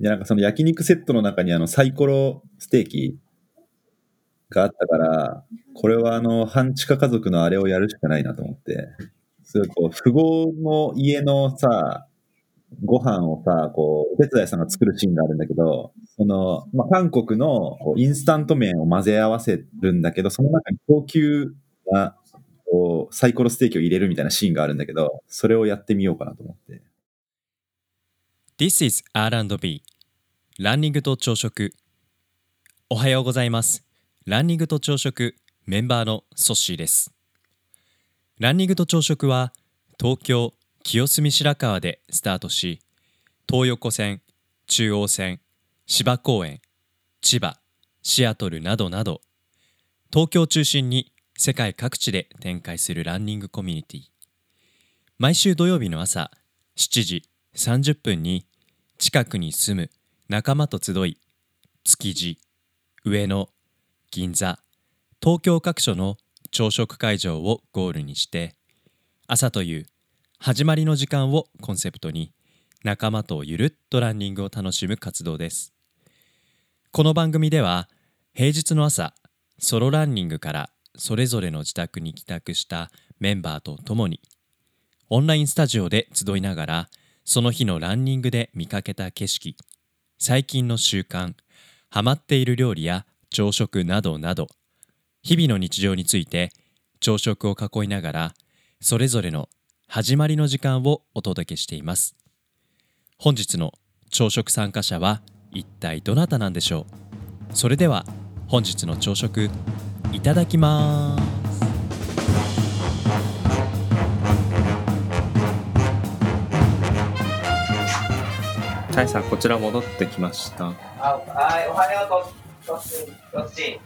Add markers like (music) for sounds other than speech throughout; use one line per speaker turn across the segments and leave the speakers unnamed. で、なんかその焼肉セットの中にあのサイコロステーキがあったから、これはあの半地下家族のあれをやるしかないなと思って、そういうこう、富豪の家のさ、ご飯をさ、こう、お手伝いさんが作るシーンがあるんだけど、その、まあ、韓国のこうインスタント麺を混ぜ合わせるんだけど、その中に高級な、こう、サイコロステーキを入れるみたいなシーンがあるんだけど、それをやってみようかなと思って。
This is R&B ランニングと朝食おはようございますランニングと朝食メンバーのソッシーですランニングと朝食は東京清澄白河でスタートし東横線中央線芝公園千葉シアトルなどなど東京を中心に世界各地で展開するランニングコミュニティ毎週土曜日の朝7時30分に近くに住む仲間と集い築地上野銀座東京各所の朝食会場をゴールにして朝という始まりの時間をコンセプトに仲間とゆるっとランニングを楽しむ活動ですこの番組では平日の朝ソロランニングからそれぞれの自宅に帰宅したメンバーと共にオンラインスタジオで集いながらその日のランニングで見かけた景色最近の習慣ハマっている料理や朝食などなど日々の日常について朝食を囲いながらそれぞれの始まりの時間をお届けしています本日の朝食参加者は一体どなたなんでしょうそれでは本日の朝食いただきます
タイさん、こちら戻ってきました。
あはい、おはよう、こっち、こっち。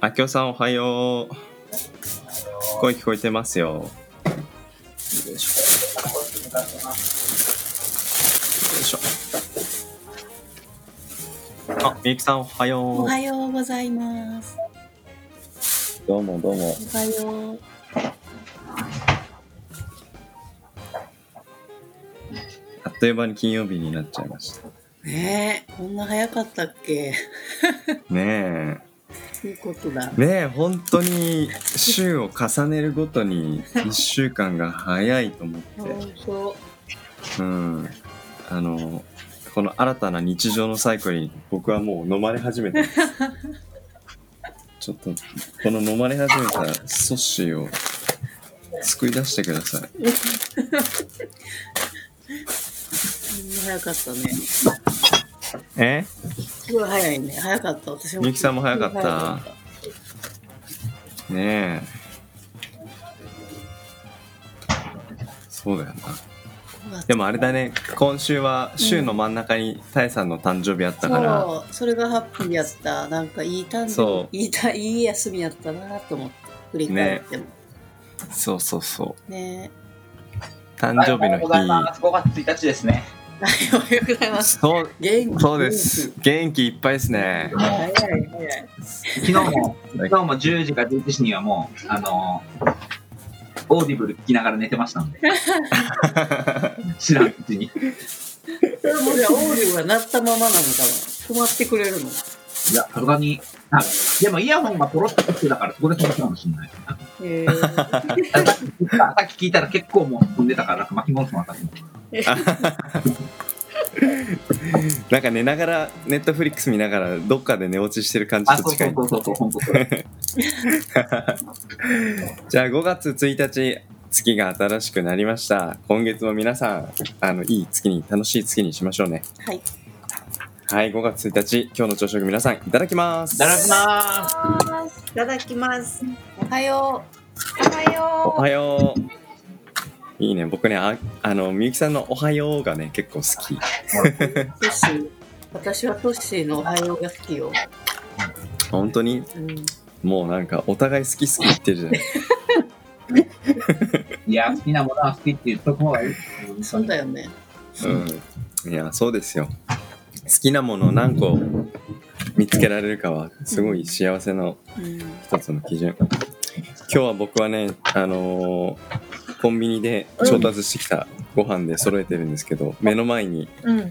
あきおさん、おはよう。声聞こえてますよ。よ
こっち向かってます。
いしょ。あ、みゆきさん、おはよう。
おはようございます。
どうもどうも。
おはよう。
あっという間に金曜日になっちゃいました。
ねえ、こんな早かったっけ。
ね
いいことだ。
え。ねえ、本当に週を重ねるごとに1週間が早いと思って。
本当。
うん。あの、この新たな日常のサイクルに僕はもう飲まれ始めて
(laughs)
ます。ちょっと、この飲まれ始めたソッシーを救い出してください。
こんな早かったね。
え
すごい早いね。早かった。私も。
みゆきさんも早かった
すごい早か
ねえ。そうだよな。
った
でもあれだね、今週は週の真ん中にタイさんの誕生日あったから、
そう、それがハッピーやった。なんかいい誕
そう
生日、いいた、いい休みやったなと思って。振り返っても。
そうそうそう。
ね
誕
はい
生日の
おはようございま
日。
す。5月1日ですね。
え。おはようございます。
そう、
元気。
そうです
元。
元気いっぱいですね
気。。早い早い。
昨日も、昨日も10時から11時にはもう、あのーオーディブル聞きながら寝てました
(laughs)
んで、知らんうちに。
それもじゃあオーディオが鳴ったままなのかな。止まってくれるの。
いや、さすがに、あでもイヤホンがポロッと来てたから、そこで止めたかもしれない。
(laughs)
えー、
さっき聞いたら結構もう飛んでたから、巻き戻すの私も。
なんか寝ながら、ネットフリックス見ながら、どっかで寝落ちしてる感じ
あ、
と
そう
近
そ
い。
うそうそう、本当それ。
じゃあ5月1日、月が新しくなりました。今月も皆さん、あの、いい月に、楽しい月にしましょうね。
はい。
はい、5月1日、今日の朝食皆さん、いただきます。
いただきま
いただきます。おはよ
おはよう。いいね、僕ね、ああの、みゆきさんのおはようがね、結構好き。
う。トッシー。私はトッシーのおはようが好きよ。
本当に、
うん。
もうなんか、お互い好き好き言ってるじゃない。
す。いや、好きなものは好きって言っとく方がいい。
そうだよね。
うん。いや、そうですよ。好きなものを何個見つけられるかは、すごい幸せの
うん。
一つの基準今日は僕はねあのーコンビニで調達してきたご飯で揃えてるんですけど、目の前に
うん。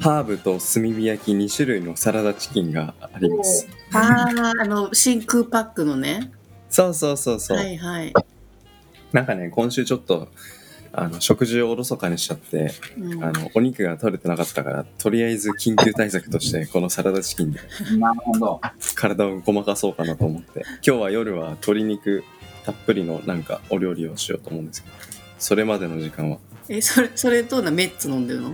ハーブと炭火焼き2種類のサラダチキンがあります
ああ、あの、真空パックのね。
そうそうそうそう、
はいはい。
なんかね今週ちょっとあの食事をおろそかにしちゃって
うん
あのお肉が取れてなかったからとりあえず緊急対策としてこのサラダチキンで
なるほど。
体をごまかそうかなと思って今日は夜は鶏肉たっぷりのなんかお料理をしようと思うんですけどそれまでの時間は
え、それ、それどうなメッツ飲んでるの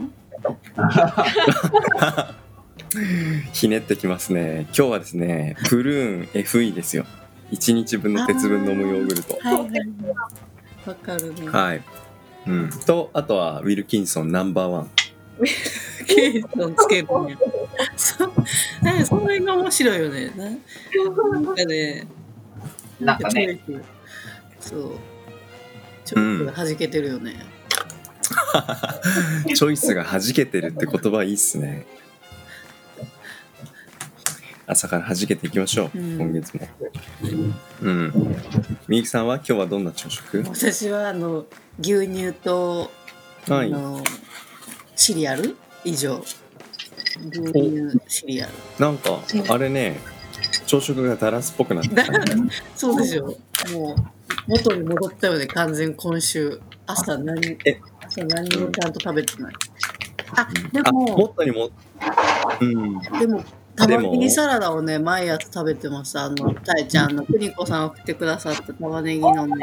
ひねってきますね今日はですねプルーン FE ですよ1日分の鉄分飲むヨーグルト
はいはいはい。わかるね。
はい、うん、とあとはウィルキンソンナンバーワン
ケースのつけるね。そ、なん (laughs) かそれが面白いよね。ななんかね、
なんかね、
チョイス。そう。ちょっと弾けてるよね。
チョイスが弾けてるって言葉いいっすね朝から弾けていきましょう、
うん
今月もうんみゆきさんは今日はどんな朝食
私はあの牛乳と、
はい
あのシリアル以上。牛乳シリアル。
なんかあれね朝食がダラスっぽくなってきたね
そうでしょ。もう元に戻ったよね。完全に今週朝何
え
朝何もちゃんと食べてない。あで
あも
も
っとにもうん
でも玉ねぎサラダをね毎朝食べてます。あのたえちゃんあの邦子さん送ってくださった玉ねぎのね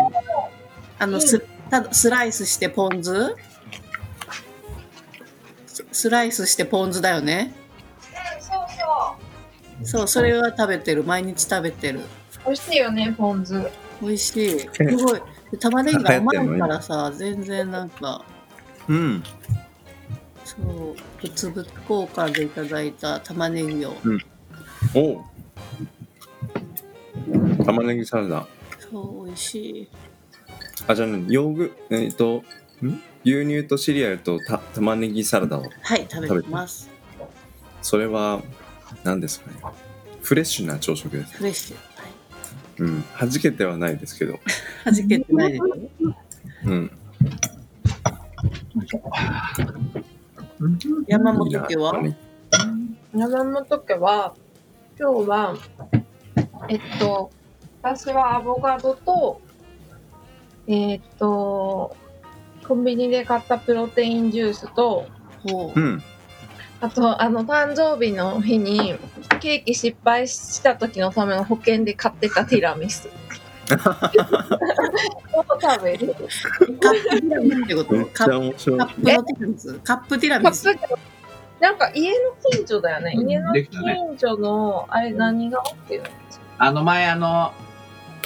あのすただスライスしてポン酢ススライスしてポン酢だよね。
そうそ
そうそれは食べてる毎日食べてる。
う。美味しいよね、ポン酢。
美味しい。すごい。玉ねぎが甘いからさ、全然なんか、
うん
そう、ぶつぶつ交換でいただいた玉ねぎを、
おう玉ねぎサラダ
そう、美味しい。
あじゃあねヨーグえっ、とん牛乳とシリアルとた玉ねぎサラダを
はい、食べてます。
それは何ですかねフレッシュな朝食です
フレッシュ。は
うん弾けてはないですけど
い、弾けてないですよ。
うん
山本
いいな
家は
玉ね
山本家は、今日は、えっと、私はアボカドと、えっと、コンビニで買ったプロテインジュースと、
ほ
ぎう
う。
ん
あと、あの、誕生日の日に、ケーキ失敗した時のための保険で買ってたティラ
(laughs)
ミス。を食べる。
カップティラミスってこ
めっちゃ
とカップ
面白い
カップのティラミスカップティラ
カ
ミ
ッ
ス。
プケーキなんか家の近所だよね。
うん
家の
で
近
きたね
所の、あれ何が起きる
あの前あの、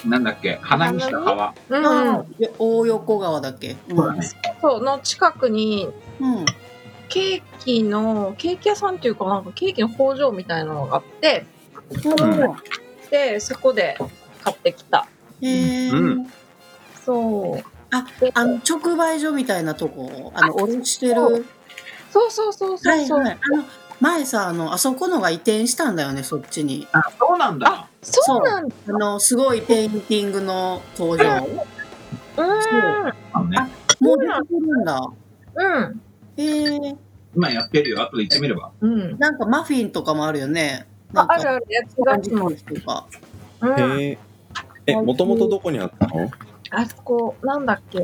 なんだっけ、花見した川。
う
あ
ん、
ーよ大横川だっけ、うん、
そうだね。
そうの近くに
うん。
ケーキのケーキ屋さんっていうかなんかケーキの工場みたいなのがあって
ほ
でそこで買ってきた
う。へえ。
うん
そう
あ
で
あの、直売所みたいなとこ、あの、おろしてる。
そうそうそうそう
は
そう
い
そう、
はい。あの、前さ、あの、あそこのが移転したんだよね、そっちに。
あ、そうなんだ。
そうなんだ
あの、すごいペインティングの工場。
うん
あのね
もう出てくるんだ。
うん
へえ。
今やってるよ。後で行ってみれば。
うん
なんかマフィンとかもあるよね。な
あ
ん
ある
か、
あるやつ
感
が
じのとか。
うん
へええもともとどこにあったの
あそこなんだっけ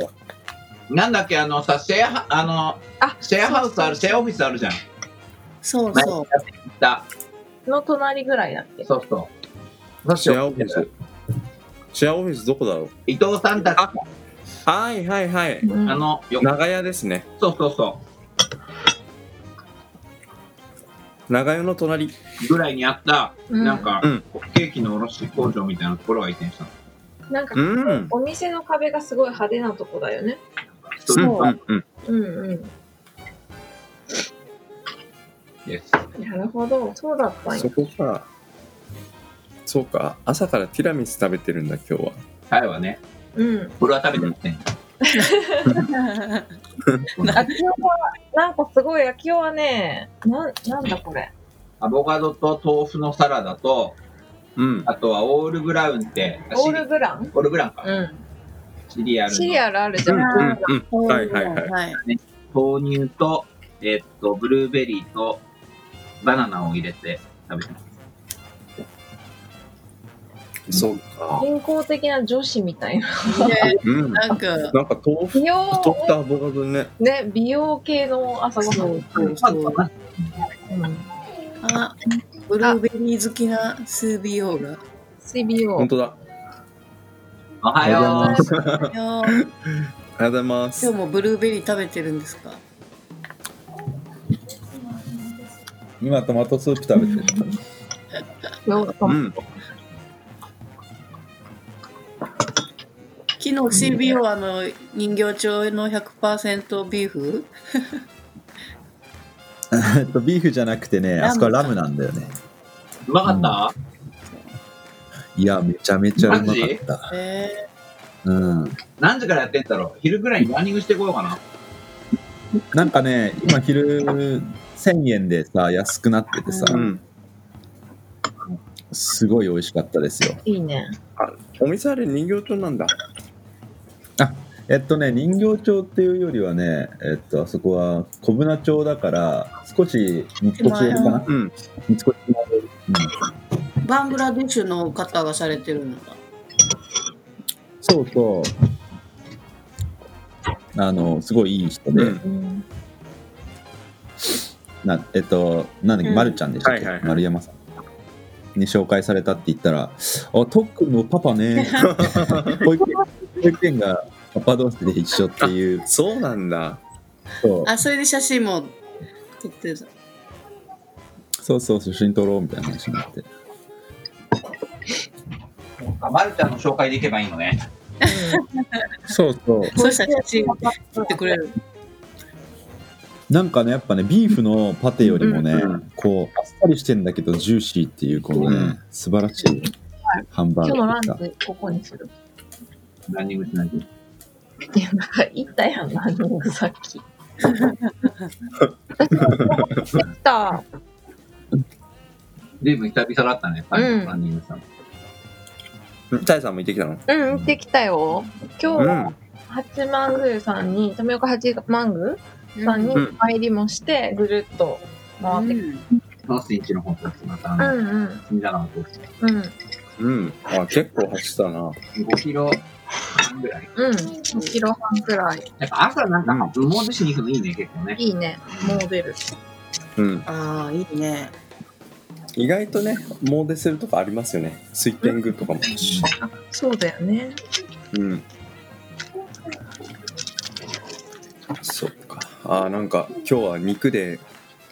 なんだっけ、あのさ、シェアハ、あの、
あ
シェアハウスある、シェ
そう
アオフィスあるじゃん。
そう
前
そ
行
う。
った。
そうの隣ぐらいだっけ
そうそう。
シェアオフィスシェアオフィスどこだろう
伊藤さんたち、あ
はいはいはい
うん
の、よ
長屋ですね
そうそうそ
長屋の隣
う。ぐらいにあった、
うん
なんか、
うん
ケーキの卸工場みたいなところが移転したの。
なんか
うん
お店の壁がすごい派手なとこだよね
そううん
うんうん
うんうん
です。
なるほど、そうだったんや
そ。こか。そうか。朝からティラミス食べてるんだ、今日は。
彼はね、
うん。
俺は食べてません。
焼きおは、なんかすごい焼きおはね、なん、なんだこれ。
アボカドと豆腐のサラダと、
うん。
あとはオールブラウンって、あ
オ
シ
ー
リ
ルブラン
オールブラウンか。
う
シリア
ん。
ル
シリ
の
アルあるじゃん。
うんうん。
そう
はいはいはい
はい。
豆乳と、えっと、ブルーベリーと、バナナを入れて食べてます。
そうか。
健康的な女子みたいな。
ね
うん。
なんか、
なんか豆腐
美容
とったアボカドね。
ね、美容系の朝ごはん。
そうそう
うん
あ、ブルーベリー好きなスービーオー
水美容
本。当だ。
おはよう
おはようございま
が。いやー
ありがとうございます
今日。もブルーベリー食べてるんですか
今トマトスープ食べてる。
よ
う。
うん
昨日 CBO あの人形町の100%ビーフ
(laughs) えっとビーフじゃなくてね、あそこはラムなんだよね。
うまかった、
いや、めちゃめちゃうまかった。
え
うん。
何時からやってんだろう昼ぐらいにランニングしてこようかな。
なんかね、今昼1000円でさ、安くなっててさ、
うん。
すごい美味しかったですよ。
いいね。
お店あれ人形町なんだ。
えっとね、人形町っていうよりはね、えっと、あそこは小舟町だから、少し三越寄りかな
うん。
三越寄りうん
ー、バングラデシュの方がされてるのか
そうそう。あの、すごいいい人で、
うん
うん
なえっと、なんだっけ、
うん
まるちゃんでしたっけ、
はいはいはい
丸山さんに紹介されたって言ったら、あ、とっくんのパパ
(laughs)
ね、保育園保育園がパパ同士で一緒っていう、
そうなんだ。
そう
あそれで写真も撮ってた
そうそう、写真撮ろうみたいな話になって。
あマルちゃんの紹介でいけばいいのね。
そうそう。
そうしたら写真撮ってくれる
なんかね、やっぱね、ビーフのパテよりもね、
うんう
こう、あっさりしてんだけど、ジューシーっていう、このね、
うん
素晴らしいハンバ
今
ー
日
ガ
のラ
ーで (laughs) した。
ンチここにする。
ランニングしないと。
いや、なんか行ったやん、ランニングさっき。行った。
随分久々だったね、
うん
ランニングしたの
タイさんも行ってきたの
うん、行ってきたよ。今
う
日
ん。、
八幡宮さんに、富岡八幡宮さんに
うん
参りもして、ぐるっと回ってき
ノースインチの方からまた、あ
た。
の、
うんうん
隅田川通って。
うん
うん。あ、結構走ったな。
5キロ半ぐらい。
うん。5キロ半くらい。
やっぱ朝なんか、羽毛寿司に行くのいいね、結構ね。
いいね。モーデル。
うん。
ああいいね
意外とね、詣でするとかありますよね。水天宮とかも。
そうだよね。
うん。そっか。あーなんか今日は肉で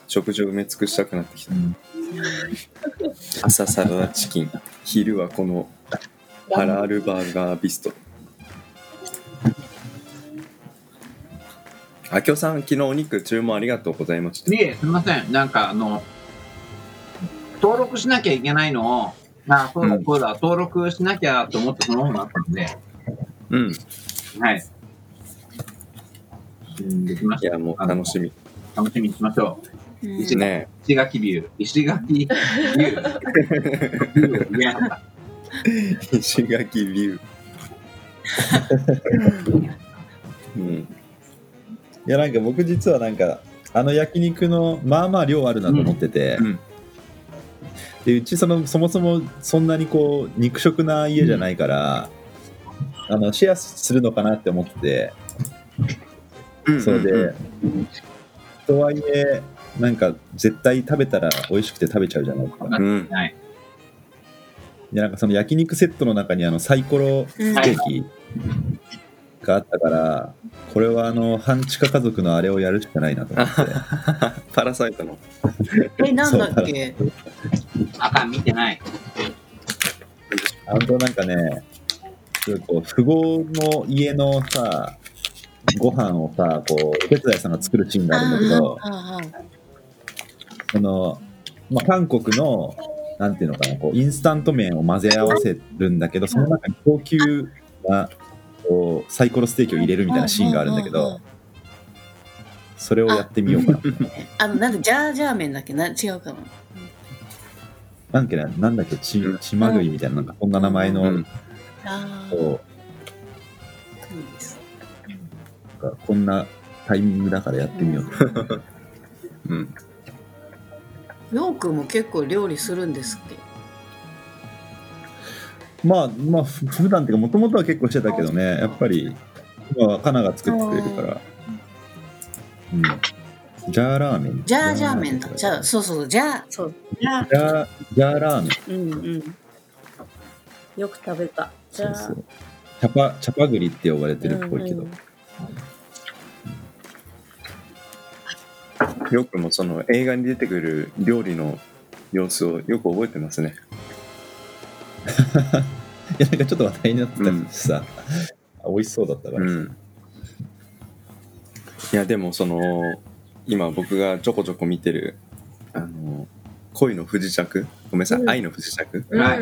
食事を埋め尽くしたくなってきた。朝サラダチキン、昼はこのハラールバーガービスト。あきおさん、昨日お肉注文ありがとうございました。
いえ、すみません。なんかあの、登録しなきゃいけないのを、あそうだ
うん
そうだ、登録しなきゃと思ってそのままだったんで、
うん。い
はい。うん、できました。
や、もう楽しみ。
楽しみにしましょう。
うん
ね
石垣ビュー。石垣ビュー。ビューいや
え石垣ビュー。うん。
いや、なんか僕実はなんか、あの焼肉の、まあまあ量あるなと思ってて、
うんうん
でうちその、そもそもそんなにこう、肉食な家じゃないから、あのシェアするのかなって思ってて、
うん
それで、
うん
とはいえなんか絶対食べたら美味しくて食べちゃうじゃないですか
うん。
はい。
でなんかその焼肉セットの中にあのサイコロ
うん
ステーキがあったからこれはあの半地下家族のあれをやるしかないなと思
(laughs)
って
パラサイトの。
えなんだっけ
あかん、見てない。
あとなんかねそういうこう富豪の家のさご飯をさこうお手伝いさんが作るシーンがあるんだけど
あー
その、まあ、韓国の、なんていうのかな、こう、インスタント麺を混ぜ合わせるんだけど、その中に高級な、こう、サイコロステーキを入れるみたいなシーンがあるんだけど、それをやってみようかな。
あのなんでジャージャー麺だっけな違うかな
なんかね、なんだっけ、ち血まぐいみたいな、なんかそんな名前
う
の
ん、
ああ
こ
いいです
う、なんかこんなタイミングだからやってみよう。
うん。
りょうくんも結構料理するんですっけ
まあまあふ普段っていうかもともとは結構してたけどねやっぱり今はカナが作ってくれるから、うん、ジャーラーメン
ジャージャー麺だ。じゃあ、そうそうそう、じゃあ、そう。じゃあ、
ジャージャーラーメン
うんうん。よく食べた。じ
そ
ゃ
う
あ、
そうチャパチャパグリって呼ばれてるっぽいけど、
うんうん
よくもその映画に出てくる料理の様子をよく覚えてますね。
いやなんかちょっと話題になってたしさ、あ美味しそうだったから、
うん。いや、でもその、今僕がちょこちょこ見てる、あの、恋の不時着ごめんなさい、
うん
愛の不時着
うん
はい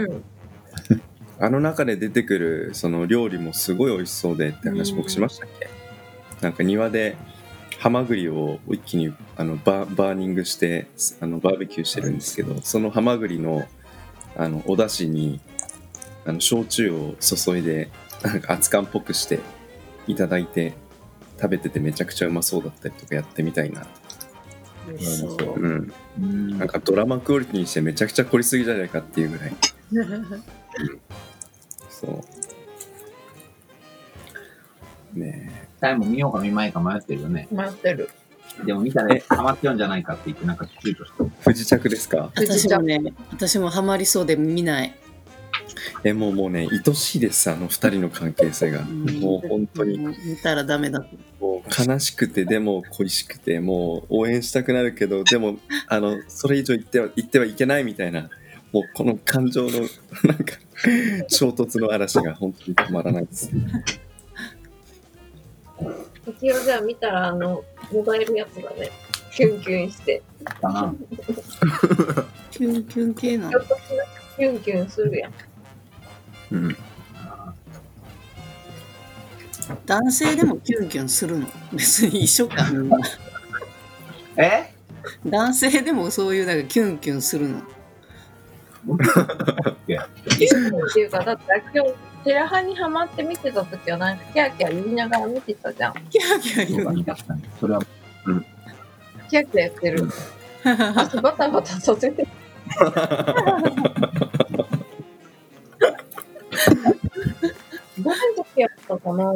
あの中で出てくるその料理もすごい美味しそうでって話僕しましたっけ、なんか庭でハマグリを一気にあのババーニングしてあのバーベキューしてるんですけどそのハマグリのあのお出汁にあの焼酎を注いでなんか熱燗っぽくしていただいて食べててめちゃくちゃうまそうだったりとかやってみたいな、
美味しそう。
うん、
うん
なんかドラマクオリティにしてめちゃくちゃ凝りすぎじゃないかっていうぐらいそうねえ
タイム見ようか見まいか迷ってるよね。
待ってる。
でも見たらハマっちゃうんじゃないかって言って、なんか躊躇して。
不時着ですか
私もね、私もハマりそうで見ない。
えもうもうね愛しいですあの二人の関係性が
うん
もう本当に
見たらダメだと。
もう悲しくてでも恋しくてもう応援したくなるけどでもあのそれ以上言っては言ってはいけないみたいなもうこの感情の (laughs) なんか衝突の嵐が本当に止まらないです
一応じゃあ見たら、あの、もがえるやつだね。キュンキュンして。
かな。
キュンキュン系な
ちょ
の。
っとしたキュンキュンするやん。
うん
男性でもキュンキュンするの。別に一緒か、みんな。
え
男性でもそういうなんかキュンキュンするの。
キュンキュンっていうか、だって今日、白羽にはまって見てた時は、なんかキャーキャー言いながら見てたじゃん。
キャーキャー
そうだね、
言うの
確かに。それは、
キャーキャーやってる。あとバタバタさせて。誰の時やったかな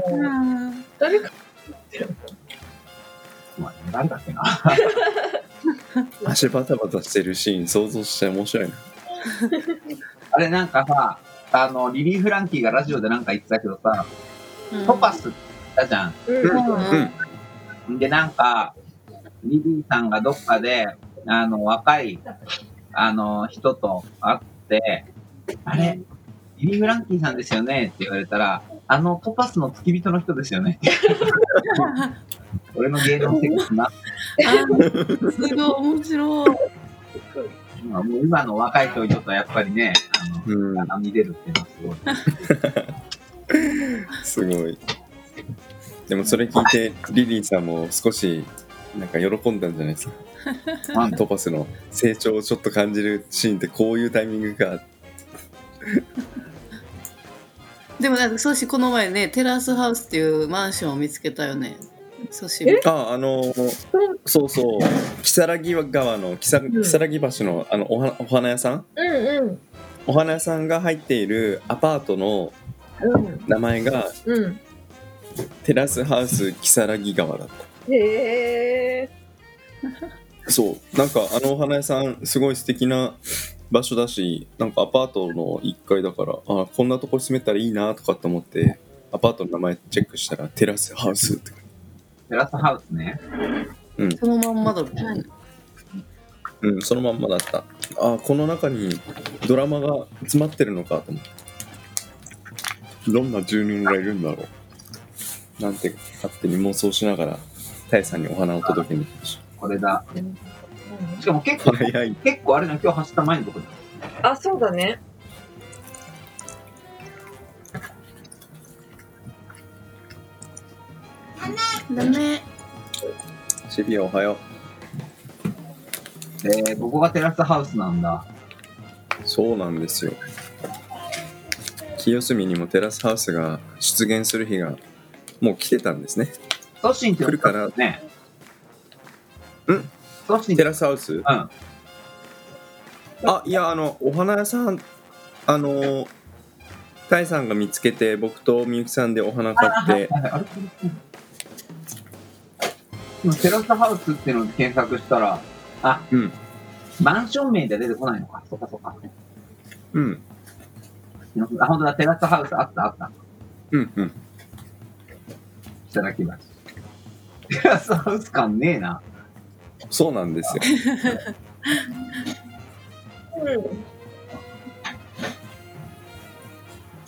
誰か
まあ、誰だっけな。
足バタバタしてるシーン想像して面白いな
あれ、なんかさ、あの、リリー・フランキーがラジオでなんか言ってたけどさ、トパスって言ったじゃん。
うん
うん
で、なんか、リリーさんがどっかで、あの、若い、あの、人と会って、あれ、リリー・フランキーさんですよねって言われたら、あの、トパスの付き人の人ですよねって。俺の芸能生活な。
あーすごい面白い。
今もう今の若い人にとってはやっぱりね、
う
あの、見れるっていうのはすごい。
すごい。でもそれ聞いて、リリーさんも少しなんか喜んだんじゃないですか。
まあ
トパスの成長をちょっと感じるシーンってこういうタイミングか。
でもなんかソシこの前ねテラスハウスっていうマンションを見つけたよね。ソシ
え
あ、あのそうそう、如月川の木更木更木橋のあのお花お花屋さん
うん
お花屋さんが入っているアパートの
うん
名前が
うん
テラスハウス木更木川だった。
へえ
そうなんかあのお花屋さんすごい素敵な場所だしなんかアパートの1階だからあこんなとこ住めたらいいなとかと思ってアパートの名前チェックしたらテラスハウスって
テラスハウスね。
そのまんまだったね。
うんそのまんまだったあこの中にドラマが詰まってるのかと思ってどんな住人がいるんだろうなんて勝手に妄想しながらタイさんにお花を届けに行きまし
これだ。
うん
しかも結
た
構、
早い
結構あれの今日走った前のとこだ。
あそうだね
ダメ。
シビアおはよ
えー、ここがテラスハウスなんだ。
うそうなんですよ清澄にもテラスハウスが出現する日がもう来てたんですね
ソシンって
来るから
ね。
うん
ソシンっ
テ
て、
ラスハウス
うん。
あいやあのお花屋さんあのタイさんが見つけて僕とみゆきさんでお花買って
あれ今テラスハウスっていうので検索したら、あ、
うん
マンション名で出てこないのか。そっかそっか。
うん
あ、本当だ、テラスハウスあったあった。
うんうん
いただきます。テラスハウス感ねえな。
そうなんですよ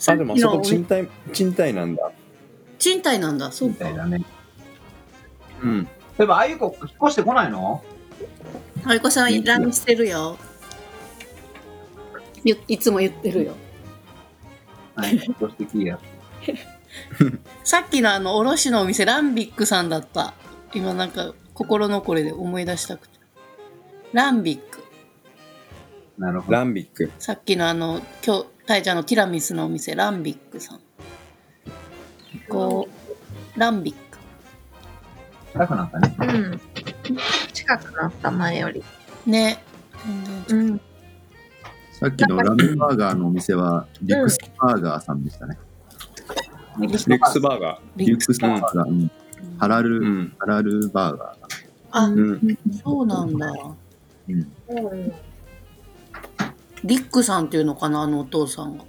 あでもあそこ賃貸賃貸なんだ
賃貸なんだ、そう
み
か
たい。だね。
うん
でも、あゆこ、引っ越してこないの
あゆこさん、LINE してるよ。ゆいつも言ってるよ。
はい、引っ越してきてや。
さっきのあの、おろしのお店、ランビックさんだった。今なんか、心残りで思い出したくて。ランビック。
なるほど。
ランビック
さっきのあの、今日、タイちゃんのティラミスのお店、ランビックさん。こう、ランビック。
高くなったね。
うん。近くなった、前より。
ね。全然
うん。
さっきのラムバーガーのお店は、リクスバーガーさんでしたね。
リクス
リュックスバーガ
うん
リクスバーガー、うんハラル、
ーうん
ハラルバーガー。
あ、
うん
そうなんだ。
うん、
リックさんっていうのかな、あのお父さんが。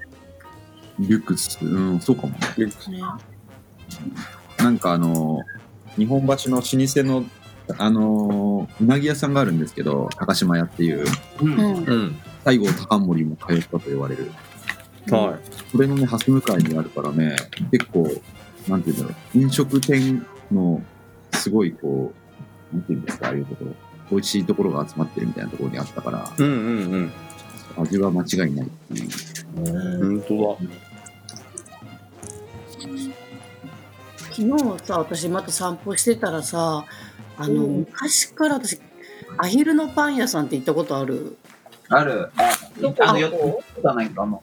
リュックス、うん、そうかもね。
リュックス
ね。
なんかあの、日本橋の老舗の、あの、うなぎ屋さんがあるんですけど、高島屋っていう、
うん
う。ん。
うん
西郷隆盛も通ったと言われる。
は
それのね、蓮向かいにあるからね、結構、なんていうんだろう、飲食店の、すごいこう、なんていうんですか、ああいうところ、美味しいところが集まってるみたいなところにあったから、
いうんうんうん
味は間違いないっていう。
本当
昨日さ、私また散歩してたらさ、あの、
うん
昔から私、アヒルのパン屋さんって行ったことある
ある。
どこ
あの、4つじゃないけど、あの、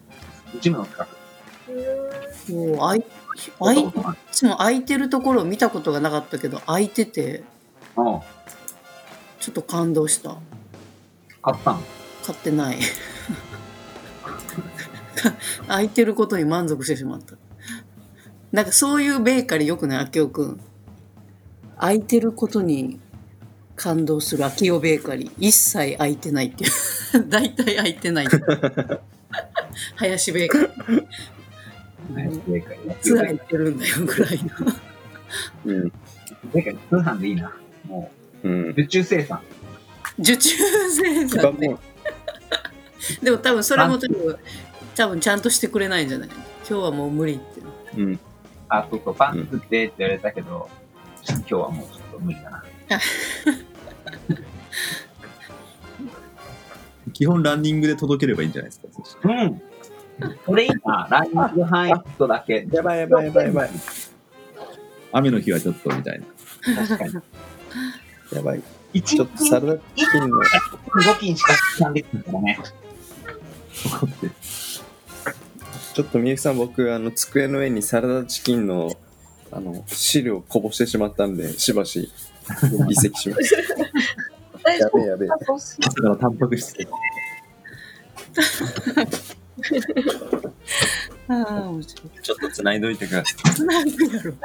ジムの近く。
もうあい、あい、いつも空いてるところを見たことがなかったけど、空いてて、
うん。
ちょっと感動した。
買ったの。
買ってない。 (laughs) 空いてることに満足してしまった。なんかそういうベーカリーよくない、秋代くん。空いてることに感動する秋代ベーカリー。一切空いてないっていう。 (laughs) 大体空いてない。林ベーカリー。
ね、正解。
つらいってるんだよぐらいの。
だうん
正解、通販でいいな。も
うん
う、受注生産。
受注生
僕は
産ね
も
でも多分それも多分、多分ちゃんとしてくれないんじゃない今日はもう無理って。
ううん
あ、そうそう、パン作ってって言われたけど、ちょっと今日はもうちょっと無理だな。
基本ランニングで届ければいいんじゃないですか。そしたら
うん。それいいな。ランニング範囲とだけ。
やばいやばいやばいやばい
雨の日はちょっとみたいな。
確かに。
やばい
一
ちょっとサ
日
ラダチキンの
5斤しか生産できないからね。
ちょっとみゆきさん僕あの机の上にサラダチキンのあの汁をこぼしてしまったんでしばし離席しましたやべえやべえ
朝からタンパク質で。
ああ、面白い。
ちょっと繋いどいてくださ
なんだろう。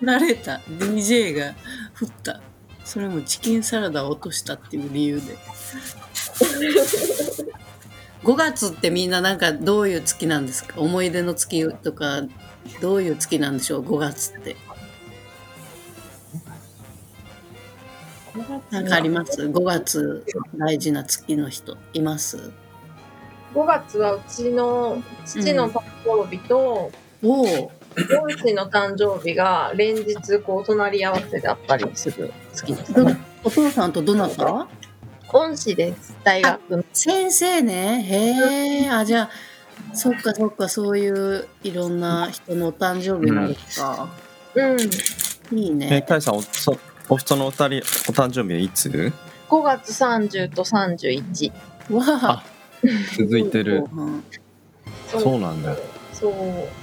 振られた。DJ が振った。それもチキンサラダを落としたっていう理由で。5月ってみんななんかどういう月なんですか思い出の月とかどういう月なんでしょう5月ってなんかあります5月大事な月の人います
5月はうちの父の誕生日と、
おお
両親の誕生日が連日こう隣り合わせであったりする好きです。
お父さんとどなた
恩師です、大学の。
先生ねへえあじゃあそっかそっかそういういろんな人のお誕生日なんですか、
うん。
いい
いえ
ね
タイさんおそお人のお二人お誕生日はいつ
5月30と31。
わあ
続いてる
後半
そうなんだ
そう。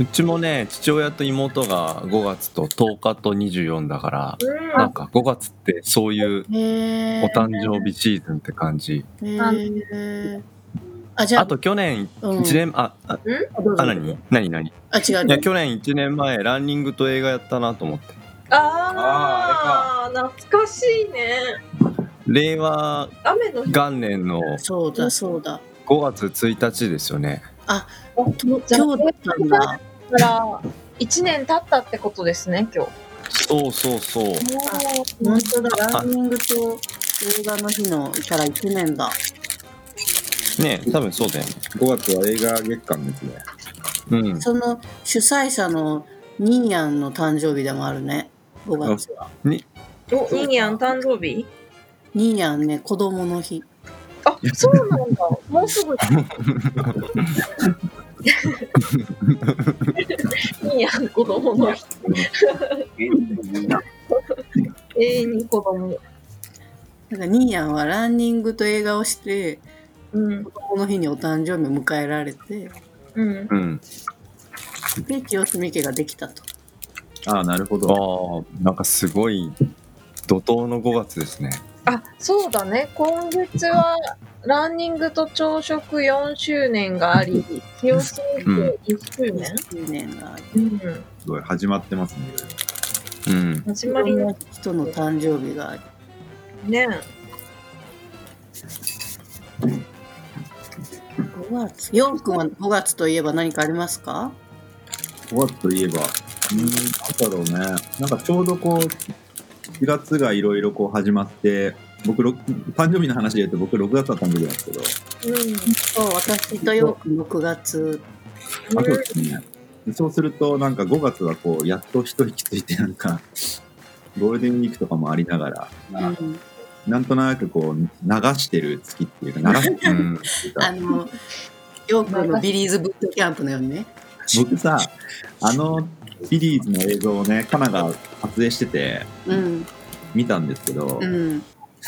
うちもね、父親と妹が5月と10日と24だから、
う。
なんんか5月ってそういう
へ
お誕生日シーズンって感じ。
日。へーあ、じゃあ、
あと去年
うん
1年、あ、あ、
あどうぞ
あ何何何い
あ、違う。
や、去年1年前、ランニングと映画やったなと思って。
ああ、懐かしいね。
令和
雨の日。
元年の
そうだ、そうだ。
5月1日ですよね。
と今日だったんだ。
から一年経ったってことですね今日。
そうそうそう。
本当だ、ランニングと映画の日のから1年だ。
ね多分そうだよね。
5月は映画月間ですね。
うん。
その主催者のニーヤンの誕生日でもあるね、5月は。
おニーニャン誕生日？
ニーヤンね、子供の日。
あそうなんだ。もうす (laughs) ぐ。ニーニャン子供の日。永遠に子供。
なんかニーヤンはランニングと映画をして、
うん
子供の日にお誕生日を迎えられて、
うん。
うん。
で、清澄家ができたと。
ああ、なるほ
あ。あ、なんかすごい怒涛の5月ですね。
あそうだね今月はランニングと朝食4周年があり清澄家1周年、
1年がある。
うん
すごい、始まってますね。
うん。
始
い
ま
ろ
り
ん
の
な人の誕生日がある。
ね
5月。4くんは5月といえば何かありますか
5月といえば、うーん、なんだろうね。なんかちょうどこう、4月がいろいろこう始まって、僕、ろく誕生日の話で言うと僕6月は誕生日なんですけど、
う
そう、私とようくん6月。
ん、
あとですね、そうするとなんか5月はこう、やっと一息ついてなんか、ゴールデンウィークとかもありながら、
うん、
なんとなくこう、流してる月っていうか、流して
う
る
ん。
っていう
あ
か、
の、ようくんのビリーズブットキャンプのようにね。
(laughs) 僕さ、あの、ビリーズの映像をね、カナが撮影してて、
うん、
見たんですけど、
うん。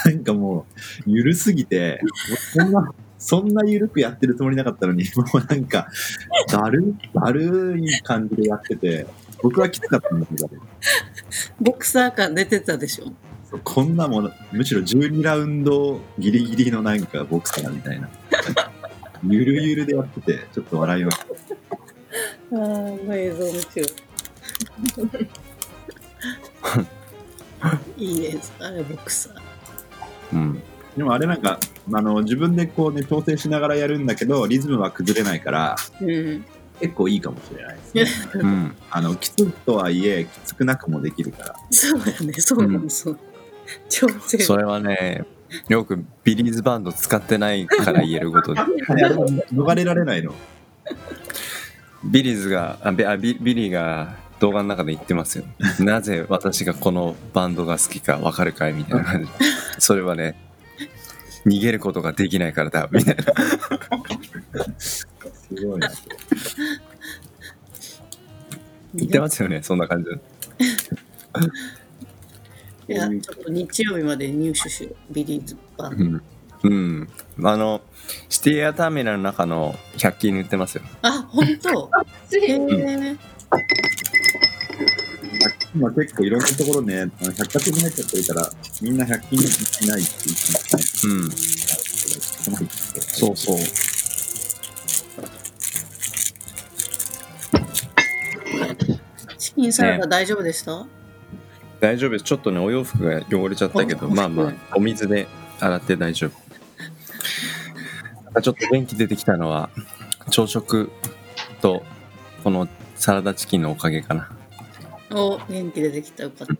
なんかもう、ゆるすぎて、そんな、そんなゆるくやってるつもりなかったのに、もうなんか、だる、だるい感じでやってて、僕はきつかったんだけど、
ボクサー感出てたでしょ。
そうこんなもの、むしろ12ラウンドギリギリのなんかボクサーみたいな。ゆるゆるでやってて、ちょっと笑いました。
あの映像見てる。 (laughs) いい映像、あれボクサー。
うん。
でもあれなんか、あの、自分でこうね、調整しながらやるんだけど、リズムは崩れないから、
うん。
結構いいかもしれないですね。
うん。
あの、きつくとはいえ、きつくなくもできるから。
そうだね、そうなの、そう。調 (laughs) 整。
それはね、よくビリーズバンド使ってないから言えることで。
逃れられないの。
ビリーズが、あビあビビリーが動画の中で言ってますよ。なぜ私がこのバンドが好きかわかるかいみたいな感じ。それはね、逃げることができないからだ、みたいな。
すごいな。
言ってますよね、そんな感じ。
いや、ちょっと日曜日まで入手しよう。ビリーズバンド。
うん。うん。あの、シティエアターミナルの中の100均に売ってますよ。
あ、本当。
つ
へ
い
え。
今結構いろんなところね、あの百貨店に入っちゃってるから、みんな百均しないって言ってますね。
うん。
そ
そうそう。
チキンサラダ大丈夫でした？
大丈夫です。ちょっとね、お洋服が汚れちゃったけど、
お
まあまあ、お水で洗って大丈夫。ちょっと元気出てきたのは、朝食と、このサラダチキンのおかげかな。
お、元気出てきたよかった。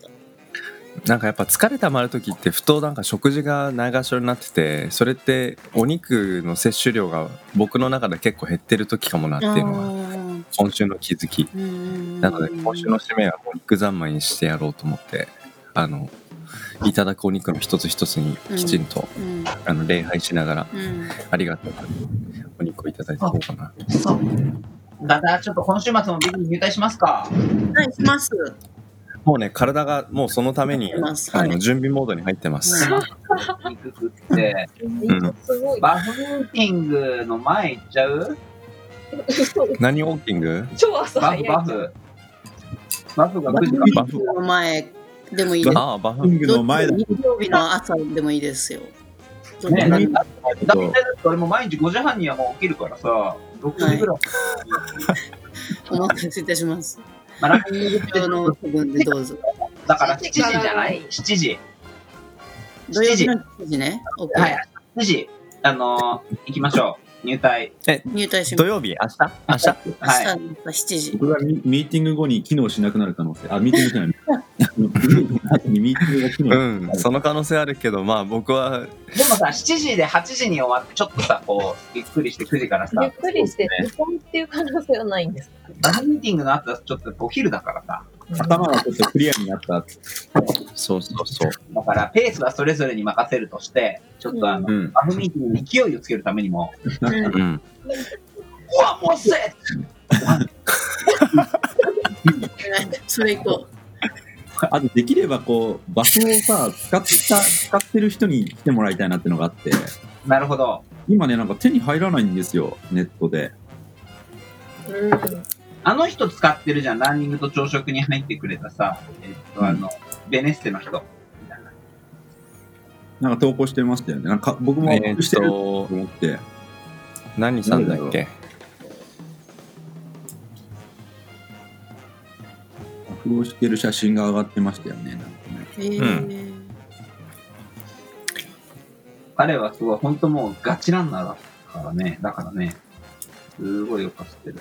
なんかやっぱ疲れたまる時ってふとなんか食事がないがしろになっててそれってお肉の摂取量が僕の中で結構減ってる時かもなっていうのは
あ
今週の気づき
ーうん
なので今週の締めはもう肉三昧にしてやろうと思ってあのいただくお肉の一つ一つにきちんと、
うん
あの礼拝しながら
うん
ありがたくお肉をいただいていこうかな
だからちょっと今週末もビリー入隊しますか。
はいします。
もうね体がもうそのために
入ってます
あ
は
の
い
準備モードに入ってます、
肉食って。
すごい。
バフミーティングの前行っちゃう
嘘
何ウォーキング
超朝
バ
早
フ
い。
バフ。バフが9時か
バフ。
の前でもいいです。
ああ、バフ。
キングの前だ
日曜日の朝でもいいですよ。どっちでもいい
ねだって俺も毎日5時半にはもう起きるからさ、6時ぐらい。
お任せいたし (laughs) ます。
まあランニング
今日の部分でどうぞ。
だから7時じゃない ?7 時。
土曜日の7時ね。OK
はい。7時、あのー行きましょう。入隊。
入隊しま
土
す。
曜日明日明日
明
はい。
日の7時。 (laughs)
僕がミミーティング後に機能しなくなる可能性。あ、ミーティングじゃない。ミーティング後にミーティングが機
う
能しなくなる
ん、その可能性あるけど、まあ僕は、
でもさ、7時で8時に終わって、ちょっとさ、こう、ゆっくりして9時からさ、
ゆっくりして、離婚っていう可能性はないんですか。
バンティングの後はちょっとお昼だからさ、
頭がちょっとクリアになった。
そうそうそう。
だからペースはそれぞれに任せるとして、ちょっとあの、
うん。
バフミーティングに勢いをつけるためにも、
うん。
うわ、もうせっ
それ行こう。
あとできればこう、場所をさ、使った、使ってる人に来てもらいたいなってのがあって、
なるほど。
今ね、なんか手に入らないんですよ、ネットで。
うん。
あの人使ってるじゃん、ランニングと朝食に入ってくれたさ、えっと、あの、ベネッセの人。
なんか投稿してましたよね。なんか僕もア
え
ッ
ー
プし
って
ると
と、
思って、
何さんだっけ
アフロしてる写真が上がってましたよね。なんかね
えー
彼はすごい、本当もうガチランナーだからね、だからね、すごいよく走ってる。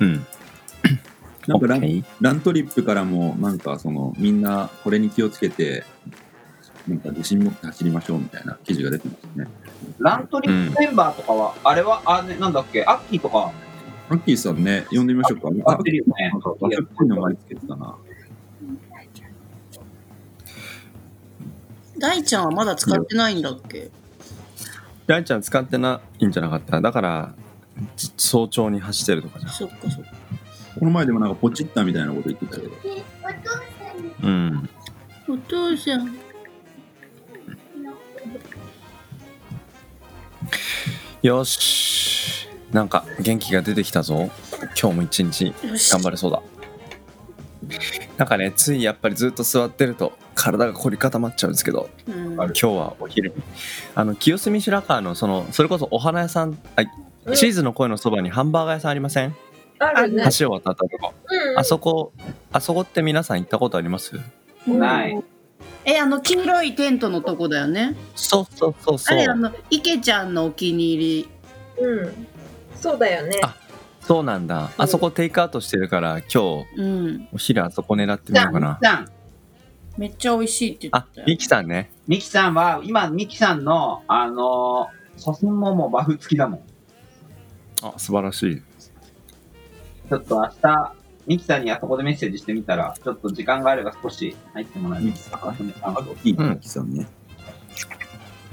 うん。
なんかラン
OK
ラントリップからも、なんかその、みんなこれに気をつけて、なんか自信持って走りましょうみたいな記事が出てましたね。
ラントリップメンバーとかは、あれは、あ、ね、なんだっけ、アッキーとか、
アッキーさんね、呼んでみましょうか。
使ってるよね
なん。か場所っぽいのが見つけてたな。
大ちゃんはまだ使ってないんだっけ
ライちゃん使ってないんじゃなかっただから、じ早朝に走ってるとかじ
そっかそっか。
この前でもなんかポチったみたいなこと言ってたけど。
ゃん。うん。
お父さん。
よし。なんか元気が出てきたぞ。今日も一日
よし
頑張れそうだ。なんかね、ついやっぱりずっと座ってると体が凝り固まっちゃうんですけど、
うん
今日はお昼にあの清澄白河のそのそれこそお花屋さんあチーズの声のそばにハンバーガー屋さんありません
あるね。
橋を渡ったとこ
うん
あそこあそこって皆さん行ったことあります
ない。
え、あの黄色いテントのとこだよね。
そうそうそう
あ
そ
れ、あ
う
の、池ちゃんのお気に入り。
うん。そうだよね。
あそうなんだあそこテイクアウトしてるから今日
うん。
お昼あそこ狙ってみ
じゃ
よ
あ、
う
ミ
か
キ
な
さん、
めっちゃ美味しいって言っ
あ
てたよ
ミ。キさんね
ミキさんは、今、ミキさんの、あのー写真ももうバフ付きだもん。
あ素晴らしい
ちょっと明日、ミキさんにあそこでメッセージしてみたら、ちょっと時間があれば少し入ってもらえ
ミ
ま
キ
す
さん
か。
あアッキー、アッキーさんね。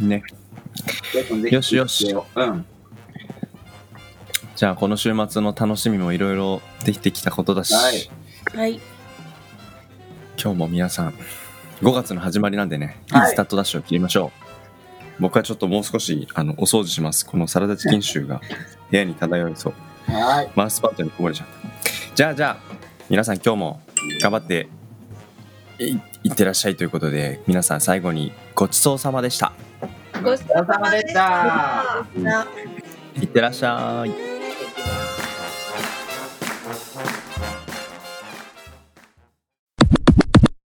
ねよしよし
うん。
じゃあこの週末の楽しみもいろいろできてきたことだし、
はい
はい。
今日も皆さん5月の始まりなんでね、
はい
スタートダッシュを切りましょう僕はちょっともう少しあのお掃除しますこのサラダチキン臭
(laughs)
が部屋に漂いそう
はい。
マウスパッドにこぼれちゃったじゃあじゃあ皆さん今日も頑張っていいってらっしゃいということで皆さん最後にごちそうさまでした
ごちそうさまでした。
な。
いってらっしゃい